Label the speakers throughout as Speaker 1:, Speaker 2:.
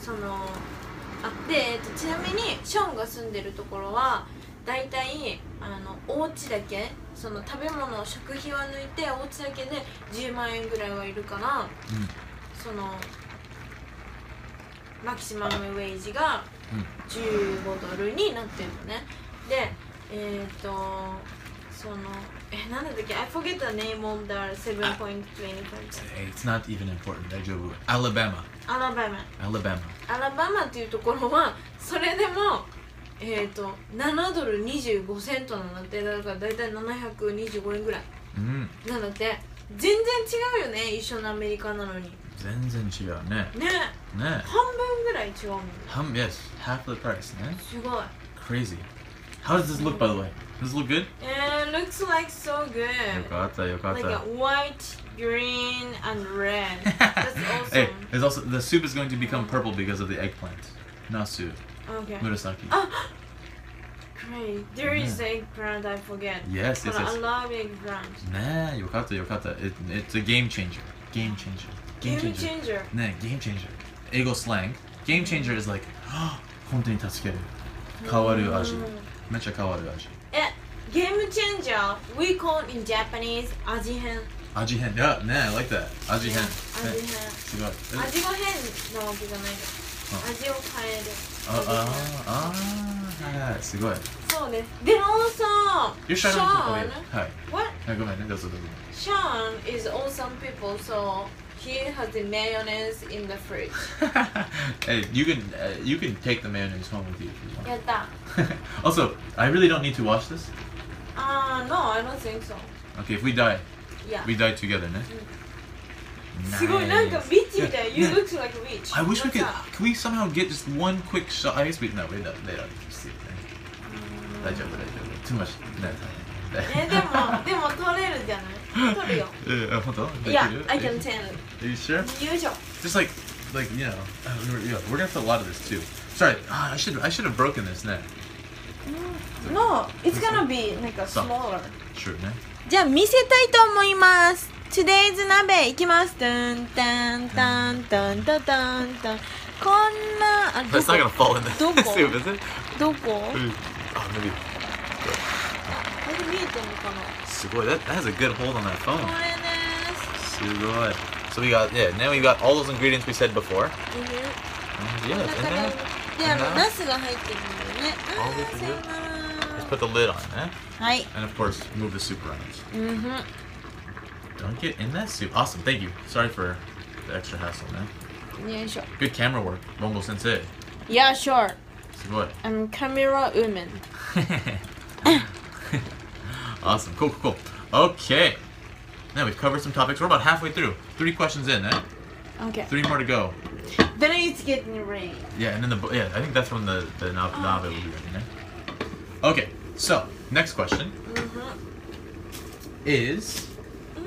Speaker 1: そのあで、えっと、ちなみにショーンが住んでるところは大体あのお家だけその食べ物食費は抜いてお家だけで10万円ぐらいはいるから
Speaker 2: Mm,
Speaker 1: そのマキシマムウェイジが
Speaker 2: うん
Speaker 1: 15ドルになってるのねでえっ、とそのえなんだったっけ I forget the name of the 7.25
Speaker 2: It's not even important 大丈夫 Alabama
Speaker 1: アラバマ
Speaker 2: Alabama
Speaker 1: アラバマっていうところはそれでもえっ、と7ドル25セントなんだってだから大体725円ぐらい
Speaker 2: うん
Speaker 1: なんだって全然違うよね一緒のアメリカなのに
Speaker 2: 全然違うね
Speaker 1: ね
Speaker 2: ね
Speaker 1: 半分ぐらい違うもん
Speaker 2: Hum, yes, half the price ね
Speaker 1: すごい
Speaker 2: Crazy How does this look by the way? Does this look good?
Speaker 1: えー、looks like so good
Speaker 2: よかったよかっ
Speaker 1: like a
Speaker 2: た
Speaker 1: white green and red that's awesome
Speaker 2: Hey, there's also the soup is going to become purple because of the eggplant. Nasu,
Speaker 1: okay
Speaker 2: Murasaki.
Speaker 1: Ah. great there is eggplant I forget
Speaker 2: Yes, yes,
Speaker 1: but I
Speaker 2: yes.
Speaker 1: love eggplant
Speaker 2: Nah, yokata, yokata. It, it's a game changer. Game changer. Game
Speaker 1: game
Speaker 2: changer.
Speaker 1: changer
Speaker 2: Nah, game changer. Ego slang. Game changer is like, hontou ni tatsukeru. Kawaru aji.
Speaker 1: うん
Speaker 2: Mecha kawaru aji.
Speaker 1: えゲームチェンジャー We call in Japanese 味変
Speaker 2: Aji hen. Yeah, nah, I like that. Aji
Speaker 1: 味
Speaker 2: hen.
Speaker 1: 味
Speaker 2: Nah,
Speaker 1: 変
Speaker 2: sugoi.
Speaker 1: 味が変なわけじゃない
Speaker 2: あ
Speaker 1: 味を変える
Speaker 2: Ah, ah, ah. Hi, hi, sugoi.
Speaker 1: そうですでもさ
Speaker 2: You're
Speaker 1: Sean
Speaker 2: shouting to the Hi.
Speaker 1: What?
Speaker 2: No, go ahead. That's a little bit.
Speaker 1: Sean is awesome people so he has the mayonnaise in the fridge
Speaker 2: hey, you can uh, you can take the mayonnaise home with you if you
Speaker 1: やった
Speaker 2: want. also, I really don't need to wash this.
Speaker 1: あー No I don't think so
Speaker 2: Okay, if we die,
Speaker 1: Yeah
Speaker 2: we die together, ne?
Speaker 1: すごいなんか
Speaker 2: Nice.
Speaker 1: ビッチみたい You
Speaker 2: Yeah.
Speaker 1: look like a witch
Speaker 2: I wish we
Speaker 1: なん
Speaker 2: could.
Speaker 1: か
Speaker 2: Can we somehow get just one quick shot? I guess we no, we don't. They don't see it. That joke, that joke. Too much. No.
Speaker 1: えでも でも取れるじゃない取るよ
Speaker 2: Uh, hold on. They
Speaker 1: Yeah
Speaker 2: do it.
Speaker 1: I can
Speaker 2: They-
Speaker 1: tell
Speaker 2: Are you sure?
Speaker 1: よいしょ
Speaker 2: Just like, like you know, uh, we're, yeah, we're gonna put a lot of this too. Sorry, ah, I should I should have broken this net.
Speaker 1: No, it's gonna be なんか smaller.
Speaker 2: Sure, ne?
Speaker 1: じゃあ見せたいと思います。Today's 鍋いきます。トゥンタンタンタンタンタンタン。こんなあど
Speaker 2: That's
Speaker 1: こ
Speaker 2: not gonna fall in the
Speaker 1: Don't fall.
Speaker 2: soup, is it?
Speaker 1: どこ？あ
Speaker 2: Oh, maybe.
Speaker 1: れ見えてるのかな？
Speaker 2: Sugoi, that, that has a good hold on that
Speaker 1: こ
Speaker 2: phone.
Speaker 1: れで
Speaker 2: Sugoi. So we got, yeah, now we got all those ingredients we said before.
Speaker 1: す。いる
Speaker 2: Mm,
Speaker 1: この中
Speaker 2: Yeah, it's in
Speaker 1: で
Speaker 2: there.。
Speaker 1: であの
Speaker 2: な
Speaker 1: ナスが入ってるんだよね。あ
Speaker 2: All we
Speaker 1: ー
Speaker 2: have to
Speaker 1: さ
Speaker 2: do
Speaker 1: よ
Speaker 2: Let's
Speaker 1: な
Speaker 2: put the lid on, eh?
Speaker 1: ら。はい。
Speaker 2: And of course, move the soup around.
Speaker 1: うんふん。
Speaker 2: Don't get in that soup. Awesome, thank you. Sorry for the extra hassle, man.
Speaker 1: よいしょ。
Speaker 2: Good camera work, Bongo Sensei.
Speaker 1: Yeah, sure.
Speaker 2: Sugoi.
Speaker 1: I'm camera woman.
Speaker 2: awesome, cool, cool, cool. Okay. Now we've covered some topics. We're about halfway through. Three questions in, eh?
Speaker 1: Okay.
Speaker 2: Three more to go.
Speaker 1: Then it's getting ready.
Speaker 2: Yeah, and then the bo- yeah, I think that's when the the no- novel will be written. Eh? Okay, so next
Speaker 1: う
Speaker 2: question
Speaker 1: んふん。
Speaker 2: is
Speaker 1: う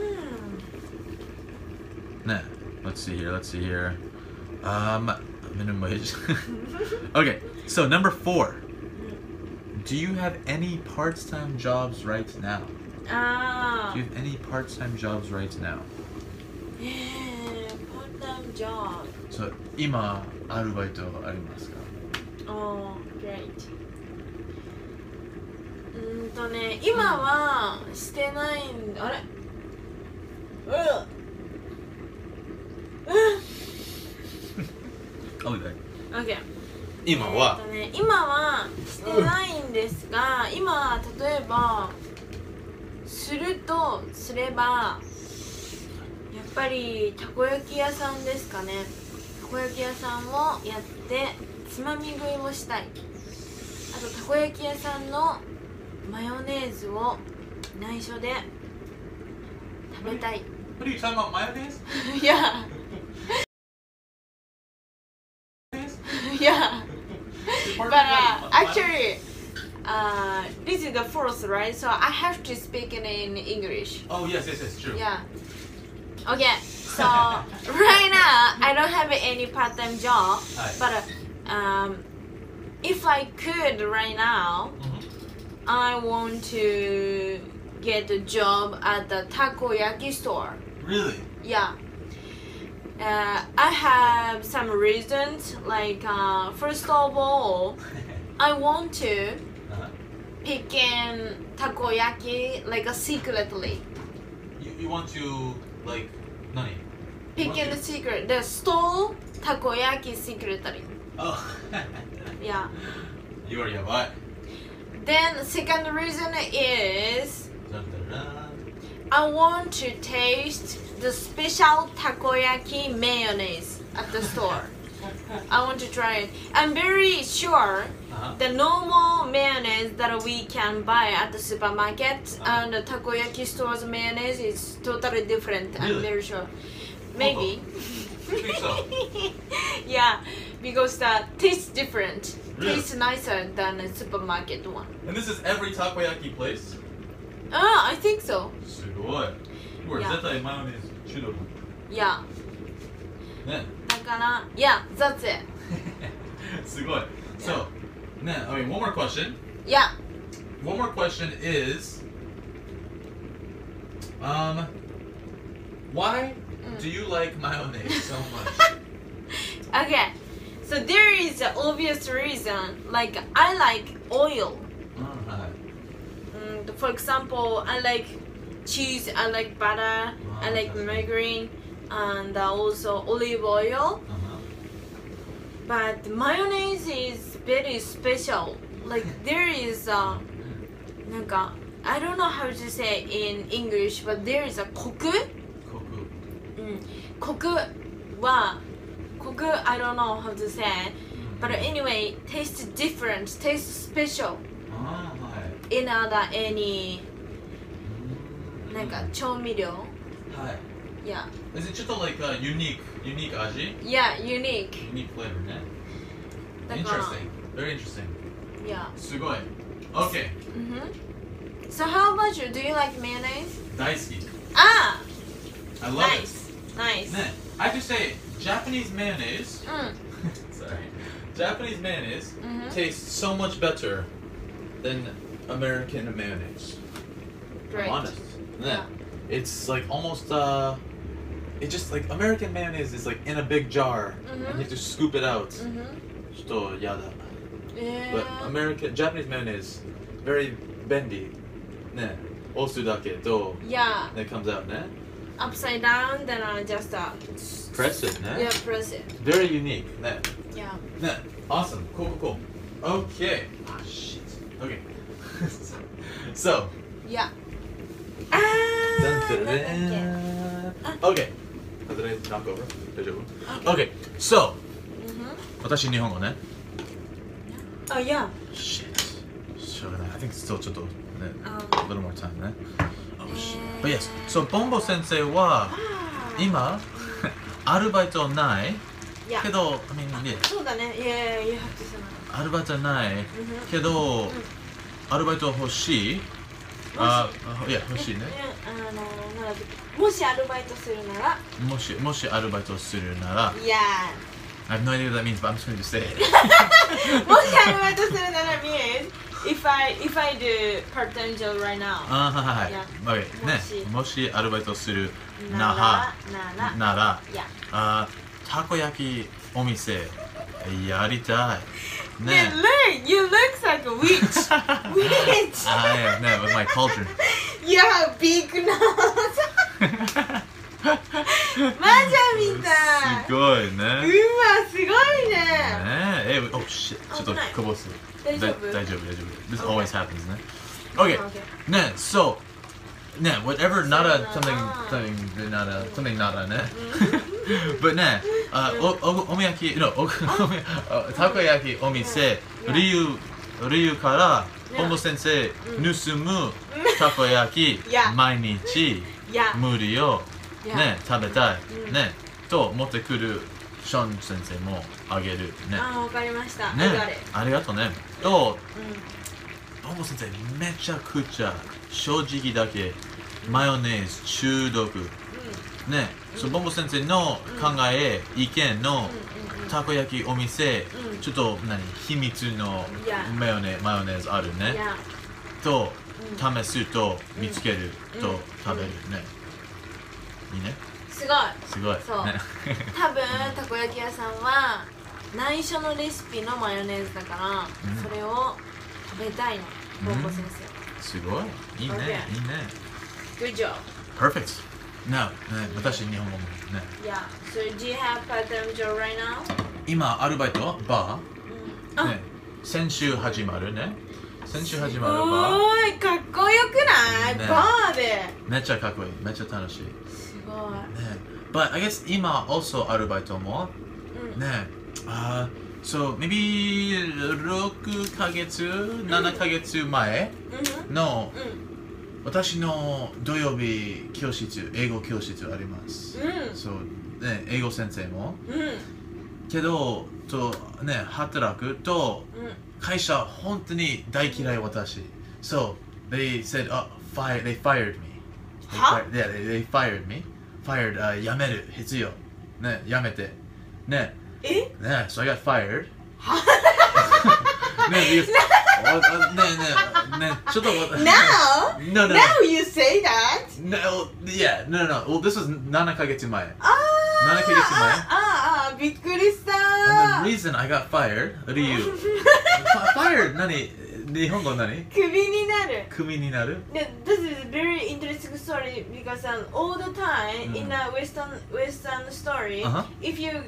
Speaker 1: ん。
Speaker 2: nah. Let's see here. Let's see here. Um, minimum wage. okay, so number four. Do you have any part-time jobs right now?
Speaker 1: ああ
Speaker 2: Do you。have any part-time jobs right now?
Speaker 1: ええ、パートタイムジョブ。
Speaker 2: So, 今アルバイトありますか？
Speaker 1: おー、great。うーんとね、今はしてないんあれうっう
Speaker 2: Oh, yeah.
Speaker 1: っ OK。
Speaker 2: 今
Speaker 1: えっとね、今はしてないんですが、今、例えば、するとすれば、やっぱりたこ焼き屋さんですかね。たこ焼き屋さんをやって、つまみ食いもしたい。あと、たこ焼き屋さんのマヨネーズを内緒で食べたい。
Speaker 2: What are you talking about? Mayonnaise?
Speaker 1: いや、いや。But uh, actually, uh, this is the fourth, right? So I have to speak in, in English.
Speaker 2: Oh yes, yes, yes, true.
Speaker 1: Yeah. Okay. So right now I don't have any part-time job,
Speaker 2: Hi.
Speaker 1: but uh, um, if I could right now,
Speaker 2: Mhm.
Speaker 1: I want to get a job at the takoyaki store.
Speaker 2: Really?
Speaker 1: Yeah. Uh, I have some reasons. Like, uh, first of all, I want to
Speaker 2: Uh-huh.
Speaker 1: pick in takoyaki like uh, secretly.
Speaker 2: You, you want to like nani?
Speaker 1: Pick in the secret. The stole takoyaki secretly.
Speaker 2: Oh.
Speaker 1: Yeah.
Speaker 2: you are yabai.
Speaker 1: Then second reason is
Speaker 2: Dun, dun, dun.
Speaker 1: I want to taste the special takoyaki mayonnaise at the store. I want to try it. I'm very sure
Speaker 2: Uh-huh.
Speaker 1: the normal mayonnaise that we can buy at the supermarket and the takoyaki store's mayonnaise is totally different. I'm
Speaker 2: Really? Oh,
Speaker 1: very sure. Maybe.
Speaker 2: Think so?
Speaker 1: yeah, because the tastes different.
Speaker 2: Really?
Speaker 1: Tastes nicer than the supermarket one.
Speaker 2: And this is every takoyaki place.
Speaker 1: Ah, I think so.
Speaker 2: Sugoi. You are
Speaker 1: Yeah.
Speaker 2: zetai mayonnaise chudon.
Speaker 1: Yeah.
Speaker 2: Ne.
Speaker 1: だから、yeah, that's it.
Speaker 2: Sugoi. So, ne. Okay, one more question.
Speaker 1: Yeah.
Speaker 2: One more question is, um, why
Speaker 1: Mm.
Speaker 2: do you like mayonnaise so much?
Speaker 1: Okay. So there is an obvious reason. Like I like oil.
Speaker 2: Alright.
Speaker 1: Mm, for example, I like cheese, I like butter, I like margarine, and uh, also olive oil.
Speaker 2: Uh-huh.
Speaker 1: But mayonnaise is very special. Like there is a, なんか I don't know how to say in English, but there is a コク。
Speaker 2: Koku.
Speaker 1: コクはコク I don't know how to say
Speaker 2: Mm-hmm.
Speaker 1: but anyway tastes different tastes special
Speaker 2: Alright.
Speaker 1: in other any なんか
Speaker 2: Mm.
Speaker 1: 調味料
Speaker 2: Hi.
Speaker 1: yeah
Speaker 2: Is it just a, like a unique, unique aji?
Speaker 1: yeah unique
Speaker 2: Unique flavor, ne?
Speaker 1: だから
Speaker 2: Interesting. Very interesting.
Speaker 1: yeah
Speaker 2: Sugoi. Okay.
Speaker 1: Mhm. so how about you do you like mayonnaise
Speaker 2: Daisuki.
Speaker 1: ah
Speaker 2: I love
Speaker 1: nice nice Mm,
Speaker 2: it. Ne. I have to say, Japanese mayonnaise.
Speaker 1: う
Speaker 2: Sorry. Japanese mayonnaise
Speaker 1: んうん
Speaker 2: tastes so much better than American mayonnaise. I'm
Speaker 1: great
Speaker 2: honest. Yeah. It's like almost uh it just like American mayonnaise is like in a big jar and you
Speaker 1: Mhm.
Speaker 2: have to scoop it out.
Speaker 1: うんうん
Speaker 2: So yada.
Speaker 1: え
Speaker 2: But
Speaker 1: ー
Speaker 2: American Japanese mayonnaise very bendy. Ne. Osu dake do
Speaker 1: yeah
Speaker 2: that comes out, ne?
Speaker 1: upside down then I just uh,
Speaker 2: Press it, ne?
Speaker 1: yeah press it
Speaker 2: Very unique, ne?
Speaker 1: yeah
Speaker 2: Ne. Awesome. Cool, cool, cool. Okay. Ah shit. Okay. so,
Speaker 1: Yeah. Ah, あーなんだっけ
Speaker 2: Okay. Did I knock over? Okay, so.
Speaker 1: Mm-hmm.
Speaker 2: 私日本語ね。
Speaker 1: あ、いや。
Speaker 2: Shit. しょうがない。I think still ちょっとね。
Speaker 1: あ
Speaker 2: A little more time ね。Oh shit. But yes. So ボンボ先生は
Speaker 1: ah,
Speaker 2: 今アルバイトない
Speaker 1: いや
Speaker 2: け。ど、I mean, yeah,
Speaker 1: そうだね。いやいや、you have to say Mm-hmm.
Speaker 2: アルバイトない
Speaker 1: that.
Speaker 2: けど、アルバイト欲しい。あ、あいや欲しいね
Speaker 1: ね。あの、なんだっけ uh, もしアルバイトするなら、
Speaker 2: もしもしアルバイトするなら、
Speaker 1: いや
Speaker 2: I have no idea what that means, but I'm just going to say it.
Speaker 1: もしアルバイトするなら means if I if I do part time job right now
Speaker 2: あーはい
Speaker 1: いや
Speaker 2: はいはい。OK ね
Speaker 1: もし
Speaker 2: もしアルバイトするな
Speaker 1: な
Speaker 2: ら
Speaker 1: らなら
Speaker 2: なら
Speaker 1: いや。
Speaker 2: あーたこ焼きお店やりたいね
Speaker 1: ね、look, you look like a witch. Witch.
Speaker 2: あいやね with my culture
Speaker 1: You have big nose. 魔女 みたい
Speaker 2: すごいうねね
Speaker 1: わすごいね
Speaker 2: え oh shit ちょっと
Speaker 1: 危ない
Speaker 2: こぼす
Speaker 1: 大丈夫
Speaker 2: だ大丈夫大丈夫 This always happens ね
Speaker 1: Okay.
Speaker 2: OK ね so ね whatever なら
Speaker 1: そう
Speaker 2: something
Speaker 1: だな
Speaker 2: something なら something ならね
Speaker 1: Mm-hmm.
Speaker 2: but ねあおおおみ焼き no おおみあたこ焼きお店
Speaker 1: うん
Speaker 2: 理由理由から
Speaker 1: ね
Speaker 2: 本部先生
Speaker 1: う
Speaker 2: 盗むたこ焼き
Speaker 1: いや
Speaker 2: 毎日
Speaker 1: いや
Speaker 2: 無理を
Speaker 1: いや
Speaker 2: ね食べた
Speaker 1: う
Speaker 2: い
Speaker 1: ん
Speaker 2: ねと持ってくるション先生もあげるね
Speaker 1: あーわかりました
Speaker 2: ね
Speaker 1: あるある
Speaker 2: ありがとうねと
Speaker 1: う
Speaker 2: ボンボ先生めちゃくちゃ正直だけマヨネーズ中毒
Speaker 1: mm,
Speaker 2: ねそうボンボ先生の考え、意見の
Speaker 1: んうんうんうん
Speaker 2: たこ焼きお店、
Speaker 1: うん
Speaker 2: ちょっと何秘密の
Speaker 1: いや
Speaker 2: マヨネマヨネーズある
Speaker 1: い
Speaker 2: ね
Speaker 1: やう
Speaker 2: と
Speaker 1: ん
Speaker 2: 試すと見つける
Speaker 1: うん
Speaker 2: と
Speaker 1: うん
Speaker 2: 食べるねいいね
Speaker 1: すごい
Speaker 2: すごい。
Speaker 1: そう
Speaker 2: ね
Speaker 1: 多分たこ焼き屋さんは内緒のレシピのマヨネーズだから、
Speaker 2: うん
Speaker 1: それを食べたいの高校先
Speaker 2: すごい。いいね。
Speaker 1: Okay.
Speaker 2: いいね。
Speaker 1: 生、Good job
Speaker 2: Perfect. No, ね、私日本語もね。
Speaker 1: Yeah So do you have part-time job right now?
Speaker 2: 今アルバイトバ
Speaker 1: あ
Speaker 2: ーね。先週始まるね。先週始
Speaker 1: お
Speaker 2: まるバ
Speaker 1: ーいかっこよくない、
Speaker 2: ね
Speaker 1: バーで
Speaker 2: ー。めっちゃかっこいい。めっちゃ楽しい。ね。
Speaker 1: すごい
Speaker 2: But I guess 今 also アルバイトも
Speaker 1: うん
Speaker 2: ね。あー So maybe 6ヶ月、7ヶ月前の
Speaker 1: うん
Speaker 2: 私の土曜日教室、英語教室あります。そう、ね、英語先生も。
Speaker 1: うんうん
Speaker 2: けど、とね、働くと、
Speaker 1: うん
Speaker 2: 会社本当に大嫌い私。そう、they said, oh, fire, they fired me. They
Speaker 1: は
Speaker 2: fired- Yeah, they, they fired me. Fired, あ辞める、必要。ね、辞めて。ね、
Speaker 1: え
Speaker 2: ね、so I got fired.
Speaker 1: は
Speaker 2: ね、because- Oh, おおね、ね、ね、ちょっとわ。
Speaker 1: Now?
Speaker 2: No, no,
Speaker 1: Now you say that?
Speaker 2: no, yeah, no, no, well, this was 7ヶ月前。
Speaker 1: あー
Speaker 2: 7ヶ月前
Speaker 1: あーあーびっくりした Ah.
Speaker 2: And the reason I got fired, 理由。Fi- fired 何日本語何
Speaker 1: クビになる
Speaker 2: クビになる
Speaker 1: Yeah, this is very interesting story because um, all the time in a Western Western story,
Speaker 2: Uh-huh.
Speaker 1: if you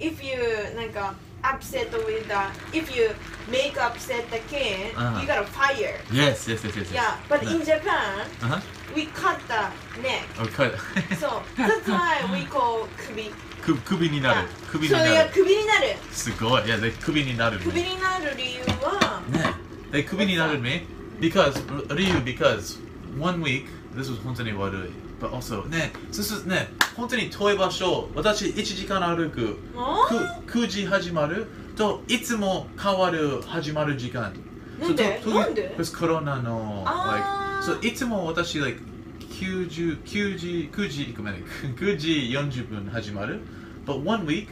Speaker 1: if you like uh, upset with the if you make upset the kid,
Speaker 2: Uh-huh.
Speaker 1: you gotta fire.
Speaker 2: Yes, yes, yes, yes. yes.
Speaker 1: Yeah, but in Japan,
Speaker 2: Uh-huh.
Speaker 1: we cut the neck.
Speaker 2: Oh, cut.
Speaker 1: So that's why we call kubi.
Speaker 2: くクビになる。クビに
Speaker 1: それ
Speaker 2: な
Speaker 1: が
Speaker 2: る。
Speaker 1: 首になる。
Speaker 2: すごい。いや、でクビになるね。
Speaker 1: 首になる理由は、
Speaker 2: ね。で、クビになるね。Because, 理由 because one week, this was 本当に悪い。But also, ね、this is ね、本当に遠い場所、私1時間歩く。
Speaker 1: もう
Speaker 2: く9時始まるといつも変わる始まる時間
Speaker 1: なんで
Speaker 2: そうと
Speaker 1: なんで
Speaker 2: because コロナの
Speaker 1: あ
Speaker 2: like
Speaker 1: ー
Speaker 2: so いつも私 like 90 9時9時ごめんね9時40分始まる but one week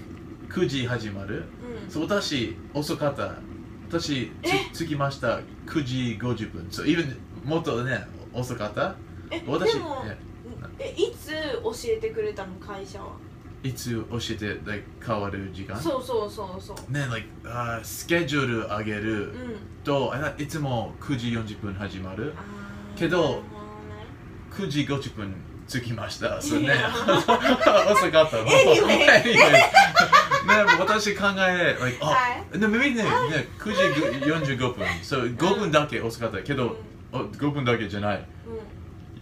Speaker 2: 9時始まる
Speaker 1: うん。
Speaker 2: so 私遅かった私
Speaker 1: え
Speaker 2: つ着きました9時50分 so even もっとね遅かった
Speaker 1: え、
Speaker 2: 私
Speaker 1: でも、
Speaker 2: ね
Speaker 1: えいつ教えてくれたの会社は？
Speaker 2: いつ教えて、like、変わる時間
Speaker 1: そうそうそうそう。
Speaker 2: ね like あースケジュール上げる、
Speaker 1: うん。
Speaker 2: とあいつも9時40分始まる
Speaker 1: あー
Speaker 2: けど
Speaker 1: なるほ
Speaker 2: 9時50分着きましたそう
Speaker 1: い
Speaker 2: ね
Speaker 1: や
Speaker 2: 遅かった の
Speaker 1: Anyway.
Speaker 2: ね私考え like あ、
Speaker 1: は
Speaker 2: でもねね9時45分そう5分だけ遅かったけど、お5分だけじゃない
Speaker 1: どね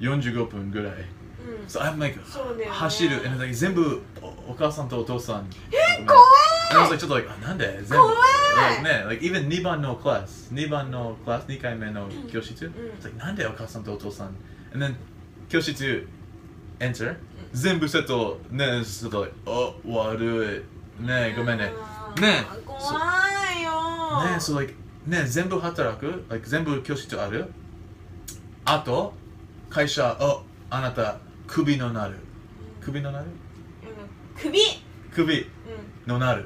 Speaker 2: 45分ぐらい
Speaker 1: うんうん。
Speaker 2: so I'm like
Speaker 1: そうだよね
Speaker 2: 走る and like 全部おお母さんとお父さんえ
Speaker 1: 怖い
Speaker 2: I was like ちょっと like あなんで全部
Speaker 1: 怖い
Speaker 2: like, ね like even 2番のクラス2番のクラス2回目の教室、It's like なんでお母さんとお父さん and then 教室 enter 全部セットねちょっと like お悪いねごめんね
Speaker 1: あー
Speaker 2: ね
Speaker 1: 怖
Speaker 2: そう
Speaker 1: いよ。
Speaker 2: ね so like ね全部働く like 全部教室あるあと会社おあなたクビのなるクビのなる
Speaker 1: うん首。
Speaker 2: クビのなる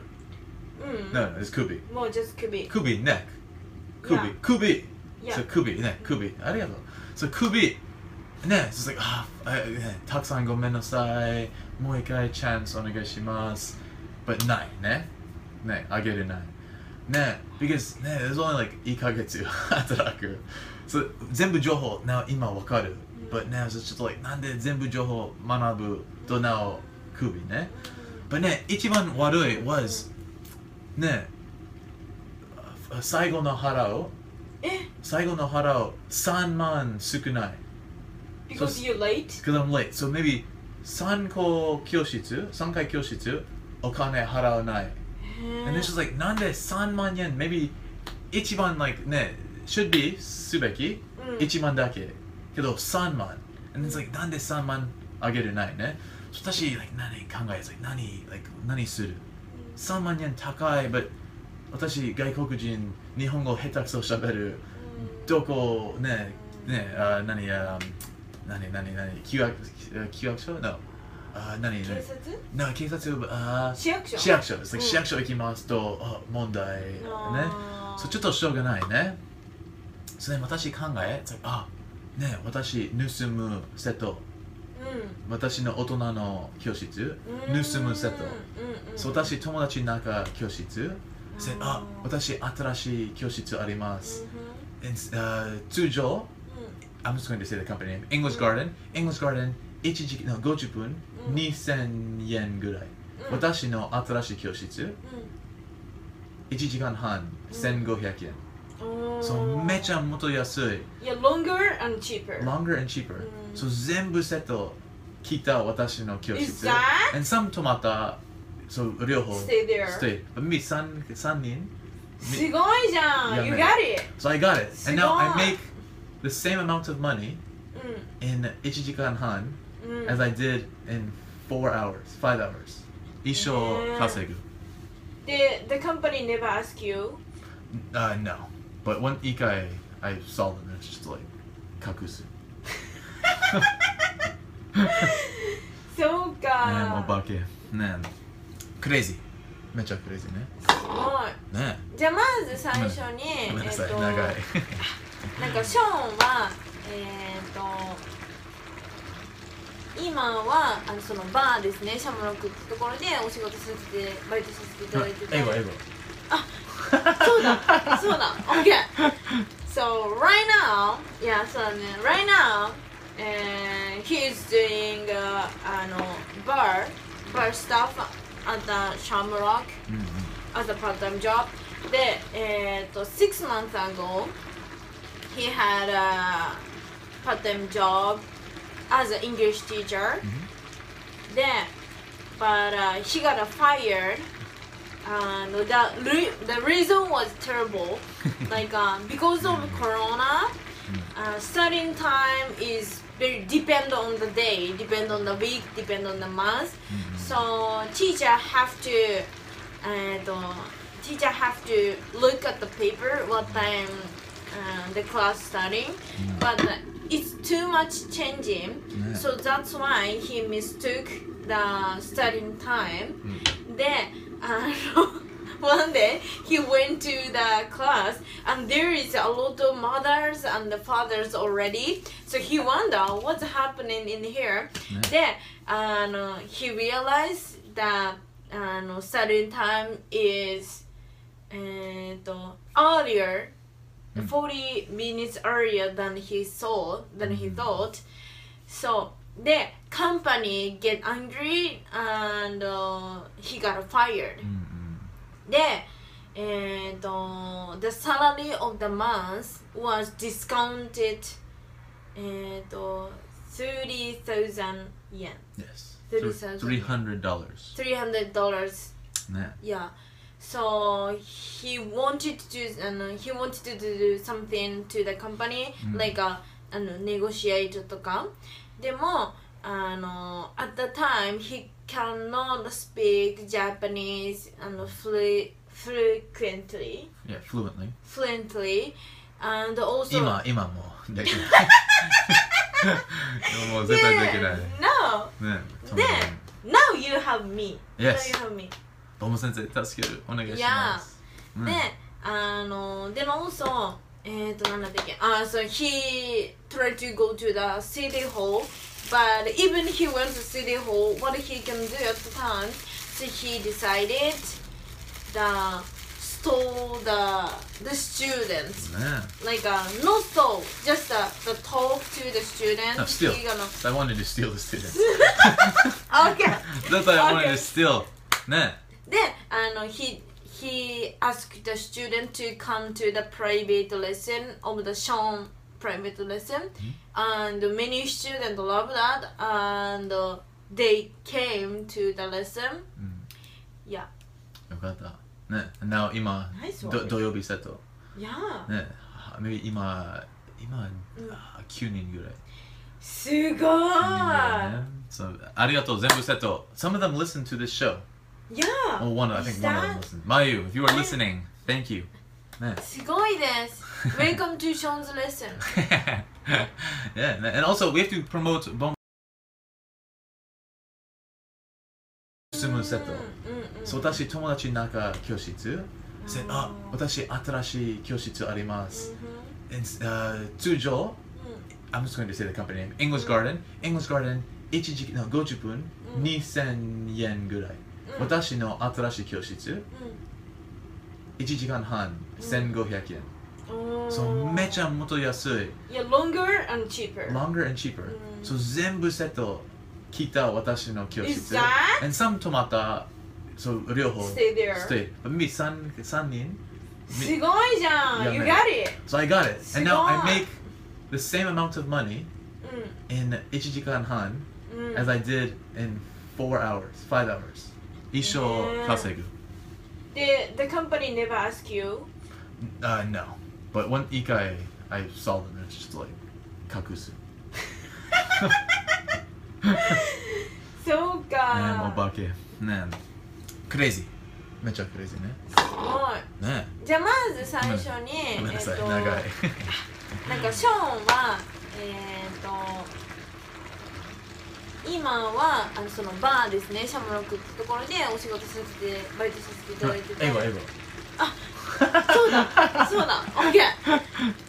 Speaker 1: うんうん。
Speaker 2: no no it's クビ
Speaker 1: もう just 首。
Speaker 2: クビ neck クビ
Speaker 1: いや
Speaker 2: ク
Speaker 1: い
Speaker 2: ビ
Speaker 1: や
Speaker 2: So 首ね首ありがとう。So 首ね、そしてあ、あねたくさんごめんなさい。もう一回チャンスお願いします。But ないね。ね、あげれない。ね、because ね、there's only like 1ヶ月働く。So, 全部情報、now 今わかる。But now ちょっと like なんで全部情報学ぶと now 首ね。But ね、一番悪い was ね、あ最後の払う。
Speaker 1: え
Speaker 2: 最後の払う3万少ない
Speaker 1: because you late?
Speaker 2: because I'm late so maybe 3個教室3回教室お金払わない、and it's just like なんで3万円 maybe 一番 like ね should be すべき
Speaker 1: うん
Speaker 2: 1万だけけど3万 and it's like なんで3万あげれないねそ私 like 何考え it's like 何 like 何する3万円高い but 私外国人日本語下手くそ喋るどこねねあ何あ何何何旧約旧約書 no あ何
Speaker 1: 警
Speaker 2: 何
Speaker 1: 察？
Speaker 2: な警察部あ
Speaker 1: 市役所。
Speaker 2: 市役所 It's like
Speaker 1: うん
Speaker 2: 市役所行きますとあ問題ね
Speaker 1: あー
Speaker 2: そうちょっとしょうがないねそれで私考え It's like あね私盗むセット
Speaker 1: うんうん
Speaker 2: 私の大人の教室
Speaker 1: うん
Speaker 2: 盗むセット
Speaker 1: うんうん
Speaker 2: そう私友達の中教室せあ私新しい教室あります、
Speaker 1: うん
Speaker 2: It's, uh, 通常 I'm just going to say the company name
Speaker 1: Mm.
Speaker 2: English Garden English Garden 1時間の50分
Speaker 1: うん
Speaker 2: 2000円ぐらい、
Speaker 1: うん
Speaker 2: 私の新しい教室1時間半1500円、
Speaker 1: Mm. うんうん
Speaker 2: そうめちゃもっと安い
Speaker 1: いや longer and cheaper
Speaker 2: longer and cheaper、
Speaker 1: うん
Speaker 2: そう全部セット来た私の教
Speaker 1: Is
Speaker 2: 室
Speaker 1: that
Speaker 2: and some トマタそう両方
Speaker 1: stay there
Speaker 2: stay but me 三三人
Speaker 1: すごいじゃん
Speaker 2: い
Speaker 1: you
Speaker 2: や
Speaker 1: got it
Speaker 2: So I got it. And now I
Speaker 1: すごい。
Speaker 2: make the same amount of money in Ichijikan Han
Speaker 1: うんうん
Speaker 2: as I did in four hours, five hours.
Speaker 1: ねえ。
Speaker 2: 一生稼ぐ。
Speaker 1: で the company never ask you
Speaker 2: Uh, no. But when Ikai, I saw them, and it's just like, kakusu.
Speaker 1: そう
Speaker 2: Man,
Speaker 1: か
Speaker 2: obake. Man. Crazy. めちゃ crazy ね。
Speaker 1: すごい
Speaker 2: ね
Speaker 1: じゃあまず最初に
Speaker 2: え。ごめんなさい、
Speaker 1: えっと
Speaker 2: 長い。
Speaker 1: なんかショーンはえっ、と今はあのそのバーですねシャムロックってところでお仕事させてバイトさせていただいてて
Speaker 2: 英語、英語。
Speaker 1: そうだそうだ OK So right now yeah そうだね right now、えー、he is doing、uh, あの bar bar stuff at the シャムロック
Speaker 2: うんうん
Speaker 1: as a part-time job. uh, で、えー、と6 months ago, he had a part-time job as an English teacher. で、but、uh, he got fired. And the, re- the reason was terrible. like uh, because of corona, uh, studying time is very depend on the day, depend on the week, depend on the month.
Speaker 2: Mm-hmm.
Speaker 1: So teacher have to and uh, teacher have to look at the paper what time uh, the class starting but uh, it's too much changing
Speaker 2: Yeah.
Speaker 1: so that's why he mistook the starting time then uh, one day he went to the class and there is a lot of mothers and the fathers already so he wonder what's happening in here then uh, he realized that uh, starting time is uh, earlier 40 minutes earlier than he saw than he thought so the company get angry and uh, he got fired
Speaker 2: うんうん
Speaker 1: でえっ、と the salary of the month was discounted えっ、と30,000 yen
Speaker 2: Yes.
Speaker 1: $30,000
Speaker 2: $300.
Speaker 1: $300 dollars
Speaker 2: ね
Speaker 1: yeah so he wanted to do and he wanted to do something to the company、
Speaker 2: うん
Speaker 1: like a あの negotiate とかでもあの uh, at the time he cannot speak Japanese あの flu frequently
Speaker 2: Yeah, fluently.
Speaker 1: fluently and also
Speaker 2: 今今もう できないもう
Speaker 1: で
Speaker 2: 絶対できないね
Speaker 1: no
Speaker 2: そん
Speaker 1: で
Speaker 2: な
Speaker 1: now you have me
Speaker 2: Yes.
Speaker 1: now you have me
Speaker 2: ボム先生助けるお願いしますうん
Speaker 1: で、あの、でもそ、えっ、ー、と、なんだったっけ、あ、そう、he tried to go to the city hall, but even he went to city hall, what he can do at the time, so he decided the stole the the students,
Speaker 2: ね
Speaker 1: like uh, not stole, just uh, the talk to the students.
Speaker 2: No, steal.
Speaker 1: He gonna,
Speaker 2: I wanted to steal the students
Speaker 1: okay.
Speaker 2: That's what I wanted
Speaker 1: Okay.
Speaker 2: to steal ね
Speaker 1: であの he he asked the student to come to the private lesson of the Sean private lesson
Speaker 2: Mm-hmm.
Speaker 1: and many students love that and uh, they came to the lesson
Speaker 2: うん
Speaker 1: いや
Speaker 2: よかったね now 今
Speaker 1: ナイスワーク
Speaker 2: ど土曜日セット
Speaker 1: yeah
Speaker 2: ね maybe 今今
Speaker 1: うん
Speaker 2: あ9人ぐらい
Speaker 1: すごい
Speaker 2: ね So ありがとう全部セット Some of them listen to this show
Speaker 1: yeah
Speaker 2: Oh, one I think
Speaker 1: Is
Speaker 2: one of them
Speaker 1: that-
Speaker 2: listened Mayu if you are listening thank you ね
Speaker 1: すごいです Welcome to Sean's lesson
Speaker 2: yeah, and and also we have to promote Bomb Sumo
Speaker 1: うんう
Speaker 2: Seto.
Speaker 1: んうん
Speaker 2: そう私友達の中教室せあ私新しい教室あります、And, uh, 通常 I'm just going to say the company name English Garden English Garden 一時期の50分、
Speaker 1: うん
Speaker 2: 2000円ぐらい、
Speaker 1: うん
Speaker 2: 私の新しい教室1時間半1500円、
Speaker 1: うん、
Speaker 2: そうめち
Speaker 1: ゃ
Speaker 2: ゃもっと安い
Speaker 1: いや Mm. Oh. longer and cheaper
Speaker 2: longer and cheaper、
Speaker 1: うん
Speaker 2: そう全部セット来た私の教
Speaker 1: Is
Speaker 2: 室
Speaker 1: that-
Speaker 2: and some 泊まったそう両方
Speaker 1: stay there
Speaker 2: stay but me 3, 3人
Speaker 1: すごいじゃん
Speaker 2: い
Speaker 1: you
Speaker 2: や
Speaker 1: got it
Speaker 2: so I got it and now I
Speaker 1: すごい
Speaker 2: make the same amount of money in 1時間半
Speaker 1: うんうん
Speaker 2: as I did in four hours, five hours. 一生稼ぐ。
Speaker 1: で the company never ask you
Speaker 2: Uh, no. But one 一回 I saw them and it's just like, 隠す。
Speaker 1: そう
Speaker 2: ねお
Speaker 1: か
Speaker 2: 化け。ねクレイジー。めっちゃクレイジーね。
Speaker 1: すごい
Speaker 2: ね
Speaker 1: じゃあまず最初に、
Speaker 2: ごめんなさい、
Speaker 1: えっと
Speaker 2: 長い。
Speaker 1: なんかショーンはえっ、と今はあのそのバーですねシャムロックってところでお仕事させてバイトさせていただいてて
Speaker 2: 英語、英語。
Speaker 1: そうだそう だ OK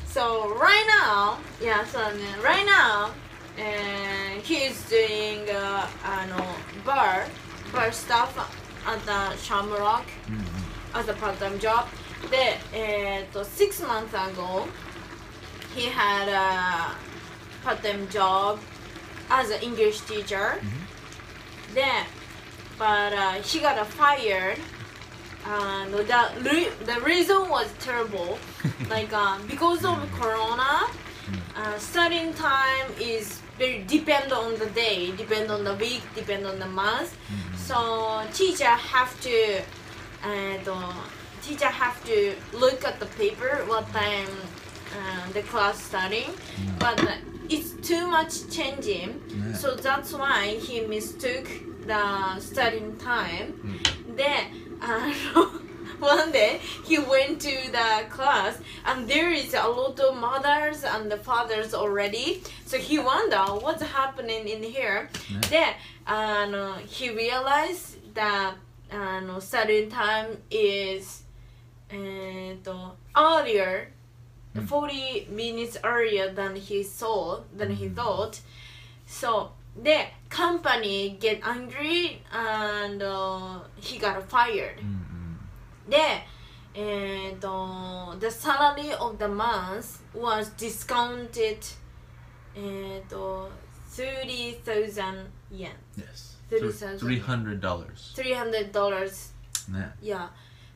Speaker 1: So right now yeah そうだね right now、えー、he is doing、uh, あの bar bar stuff at the Shamrock
Speaker 2: うんうん
Speaker 1: as a part-time job でえっ、と6 months ago he had a part-time job as an English teacher で but、uh, he got fired and the, re- the reason was terrible like uh, because of corona uh, studying time is very depend on the day depend on the week depend on the month so teacher have to and uh, teacher have to look at the paper what time uh, the class starting but uh, it's too much changing
Speaker 2: ね
Speaker 1: so that's why he mistook the starting time
Speaker 2: うん
Speaker 1: で あの one day he went to the class and there is a lot of mothers and the fathers already so he wonder what's happening in here
Speaker 2: ね
Speaker 1: であの he realized that あの starting uh, time is えっと earlier
Speaker 2: うん
Speaker 1: 40 minutes earlier than he saw than he thought so で company get angry and、uh, he got fired
Speaker 2: うんうん
Speaker 1: でえっ、と the salary of the month was discounted えっ、と30,000 yen
Speaker 2: Yes.
Speaker 1: 30,000
Speaker 2: $300. dollars.
Speaker 1: $300
Speaker 2: ね
Speaker 1: yeah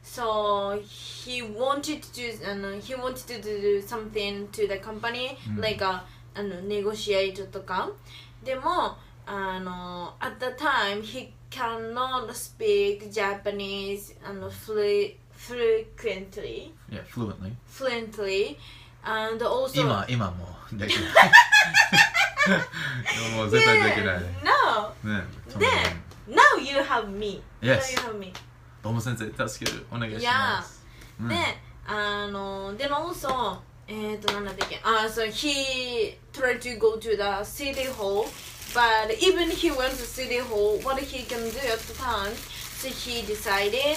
Speaker 1: so he wanted to do and he wanted to do something to the company、
Speaker 2: うん
Speaker 1: like uh, a あの negotiate とかでもあの at the time he cannot speak Japanese あの flu frequently
Speaker 2: Yeah, fluently.
Speaker 1: fluently and also
Speaker 2: 今、今もうできない。もう絶対できない。
Speaker 1: Yeah, no
Speaker 2: ね
Speaker 1: で now you have me
Speaker 2: Yes.
Speaker 1: now you have me
Speaker 2: ボム先生、助ける。お願いします。うん
Speaker 1: で、あの、でも、also えっ、ー、と、なんだったっけ、あ、そう、he tried to go to the city hall, but even he went to city hall, what he can do at the time, so he decided